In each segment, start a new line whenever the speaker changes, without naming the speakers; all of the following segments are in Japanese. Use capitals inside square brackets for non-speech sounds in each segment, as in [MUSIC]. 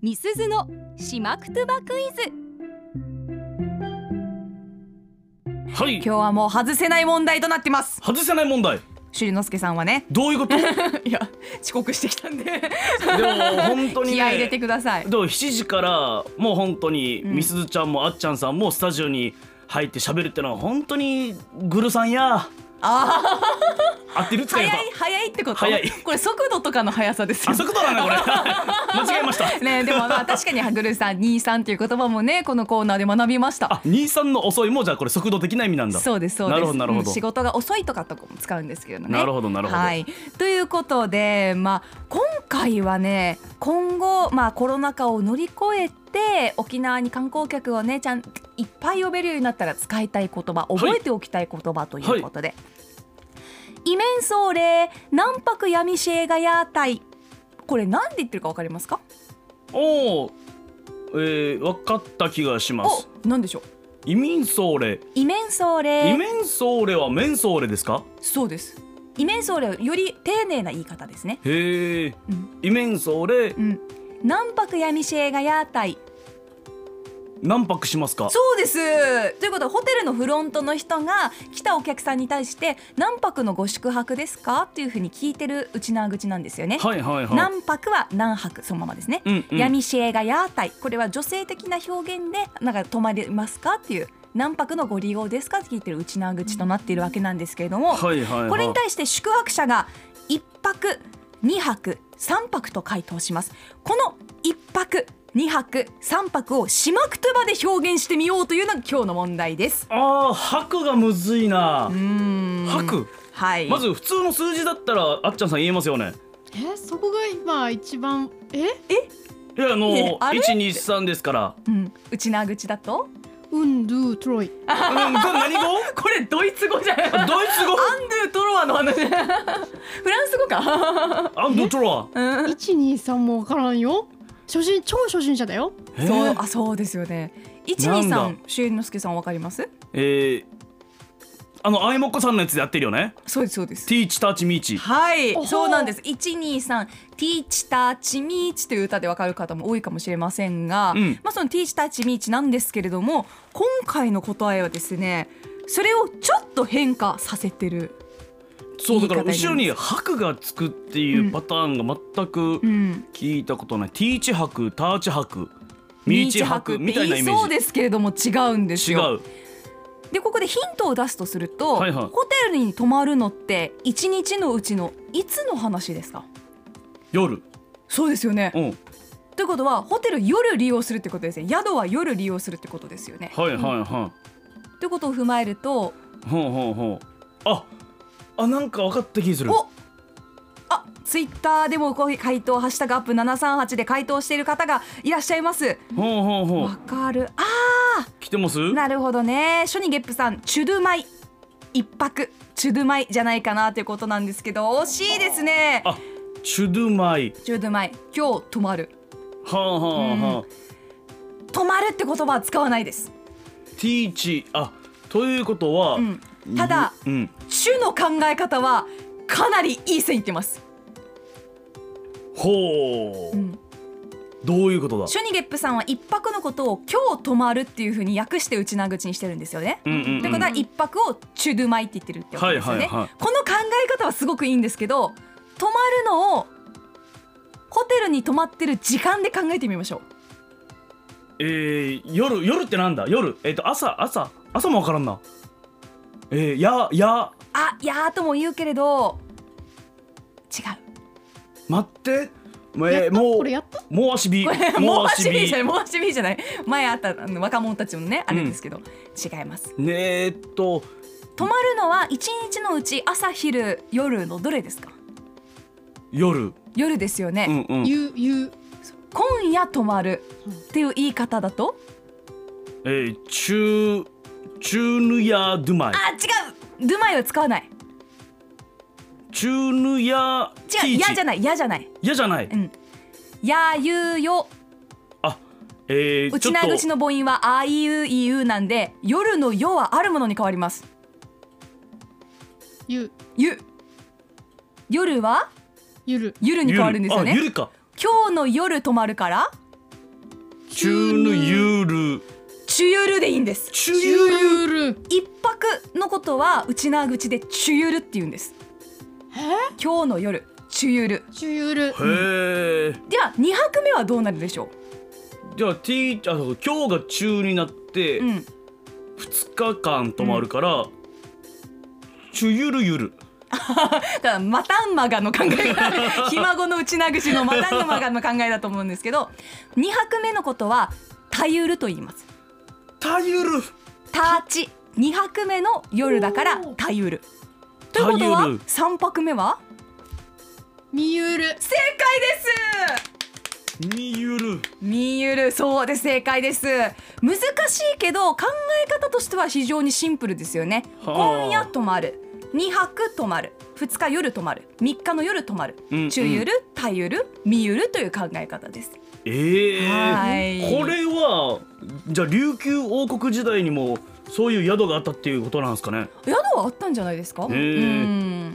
みすずのしまくとばクイズ
はい
今日はもう外せない問題となってます
外せない問題
朱里之助さんはね
どういうことでも
[LAUGHS] いや遅刻してきたんで
本当に、ね、
気合い入れてください
でも7時からもう本当に
ん
みすずちゃんもあっちゃんさんもスタジオに入って喋るってのは本当にグルさんや
ああ
合ってる使え
早い
ば
早いってこと
早い
これ速度とかの速さですよ
あ速度だ
[LAUGHS]
ねこれ間違えました
ねでもまあ確かにハグルさん兄さんっていう言葉もねこのコーナーで学びました
あ兄さんの遅いもじゃあこれ速度的な意味なんだ
そうですそうです
なるほどなるほど、
うん仕事が遅いとかとかも使うんですけどね
なるほどなるほど
はい、ということでまあ今回はね今後まあコロナ禍を乗り越えて沖縄に観光客をねちゃんいっぱい呼べるようになったら使いたい言葉覚えておきたい言葉ということで、イメンソーレ南泊闇シェーガヤータイこれなんで言ってるかわかりますか
おおえー、分かった気がします
おなんでしょう
イミンソーレ
イメンソーレ
イメンソーレはメンソーレですか
そうですイメンソーレはより丁寧な言い方ですね
へえ、
うん
イメンソーレ
うん南泊闇シェーガヤータイ
何泊しますか
そうですということはホテルのフロントの人が来たお客さんに対して何泊のご宿泊ですかっていうふうに聞いてるうちな口なんですよね、
はいはいはい
何泊は何泊そのままですね、
うんうん
闇シェーガヤータイこれは女性的な表現でなんか泊まりますかっていう何泊のご利用ですかって聞いてるうちな口となっているわけなんですけれども、
はいはいはい
これに対して宿泊者が1泊2泊3泊と回答しますこの1泊2泊3泊をしまくとばで表現してみようというのが今日の問題です
ああ白がむずいな
うーん
白
はい
まず普通の数字だったらあっちゃんさん言えますよね
えそこが今一番え
いやあの
ねあれ
123です
[LAUGHS]
から
うん、うちな口だと
うんドゥトロイ
うんこれ何語
これドイツ語じゃない
あドイツ語
アンドゥトロワの話フランス語か
アンドトロ
うん
一二三もわからんよ初心超初心者だよ
ア
[LAUGHS] そう
えー
あそうですよね
なん
123
だ
朱之助さんわかります
えーあのあいもっこさんのやつでやってるよね
そうですそうです
ティーチターチミーチ
はい
お、ほ
そうなんです。一二三、ティーチターチミーチという歌でわかる方も多いかもしれませんが、
うん
まあそのティーチターチミーチなんですけれども、今回の答えはですね、それをちょっと変化させてる。
そうだから
言い方
後ろに白がつくっていうパターンが全く
ん。
聞いたことない、ティーチ白ターチ白ミーチ白みたいなイメ
そう
ー
ですけれども違うんです
ジ違
よ。
う
でここでヒントを出すとすると、
はいはい
ホテルに泊まるのって一日のうちのいつの話ですか。
夜
そうですよね
う。ん
ということはホテル夜利用するってことですね。宿は夜利用するってことですよね。
はいはいはい、
ということを踏まえると
ほうほうほうああなんか分かった気する
おあツイッターでもこう回答「ハッシュタグアップ #738」で回答している方がいらっしゃいます
ほうほうほ
わ
う
かるあ
来てます
なるほどねショニゲップさん「チュドゥマイ」一泊チュドゥマイじゃないかなということなんですけど惜しいですね
あチュドゥマイ
チュドゥマイ今日泊まる
はあはあはあ
泊まるって言葉は使わないです
ティーチあということは、
うんただ
うん
主の考え方はかなりいい線いってます、
ほう、
うん、
どういうことだ
ショニゲップさんは一泊のことを「今日泊まる」っていうふうに訳して内な口にしてるんですよね
うんうん
ということは一泊をチュドゥマイって言ってるってことですよね、
はいはいはい
この考え方はすごくいいんですけど泊まるのをホテルに泊まってる時間で考えてみましょう
えー、夜夜ってなんだ夜えっ、と朝朝朝もわからんなえー、やや
あやーとも言うけれど違う
待ってもう
や
え
っ
ー、
た
も
これ
う
やった
もう足び
これもう足ビーじゃない
ね
もう足ビーじゃない前あったあの若者たちのねあるんですけど、違います
えーっと
泊まるのは一日のうち朝昼夜のどれですか
夜
夜ですよね、
うんうん
ゆゆ
今夜泊まるっていう言い方だと
えー、チュチュヌヤドゥマイ
あ違うドゥマイは使わない
チュヌヤテ
違う
ィー
嫌
チ
じゃない嫌じゃない
やじゃない
やゆうよ
あえー、
う
ちょ
ち
っ
なぐち
と
の母音はあいういうなんで夜のよはあるものに変わります
ゆ
ゆ夜は
ゆる
ゆるに変わるんですよ
あ
ね
ゆるか
今日の夜泊まるから
中のゆる
中ゆるでいいんです
中
ゆる
一泊のことはうちなぐちで中ゆるって言うんです
え
今日の夜中ゆる
ちゅゆる
へえ
では二泊目はどうなるでしょ
じゃあ T あそう今日が中になって
う、うん、
2日間泊まるから、ちゅゆるゆる
ただマタンマガの考えがひ孫のうちなぐちのマタンマガの考えだと思うんですけど二泊目のことはたゆると言います
たゆる
ターチ2泊目の夜だから
おー
タユルということは
タユル
3泊目は
みゆる
正解です
みゆる
ミユルそうです正解です難しいけど考え方としては非常にシンプルですよね
はあ
今夜泊まる2泊泊まる2日夜泊まる3日の夜泊まる
うんうん
中ゆる、タユル、ミユルという考え方です。
ええ
はい
これはじゃあ琉球王国時代にもそういう宿があったっていうことなんですかね
宿はあったんじゃないですか？
え
う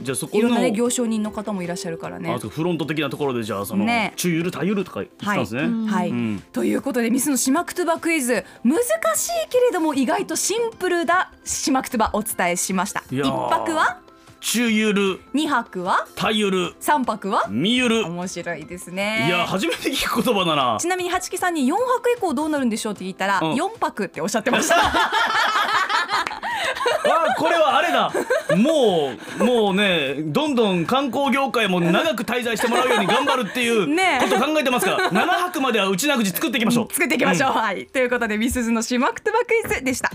ん。
じゃあそこの
いろんなね行商人の方もいらっしゃるからね
あ。そうフロント的なところでじゃあその、
ね
ちゅゆるたゆるとか言ってたんですね、
はいうん
はい。
うん
ということでミスのしまくとばクイズ難しいけれども意外とシンプルだしまくとばお伝えしました
いや
一
ー
泊は
ちゅゆる
二泊は
たゆる
三泊は
みゆる
面白いです
いや
ね
初めて聞く言葉だな
ちなみに八木さんに四泊以降どうなるんでしょうって聞いたら
うん
四泊っておっしゃってました
あこれはあれだもうもうねどんどん観光業界も長く滞在してもらうように頑張るっていう
[LAUGHS] ねえ
ことを考えてますから7泊まではうちなぐち作っていきましょう
作っていきましょう、はいということでミスズのしまくとばクイズでした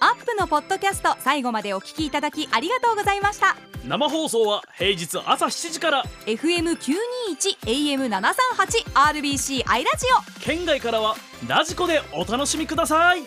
アップのポッドキャスト最後までお聞きいただきありがとうございました
生放送は平日朝7時から
FM921 AM738 RBC アイラジオ
県外からはラジコでお楽しみください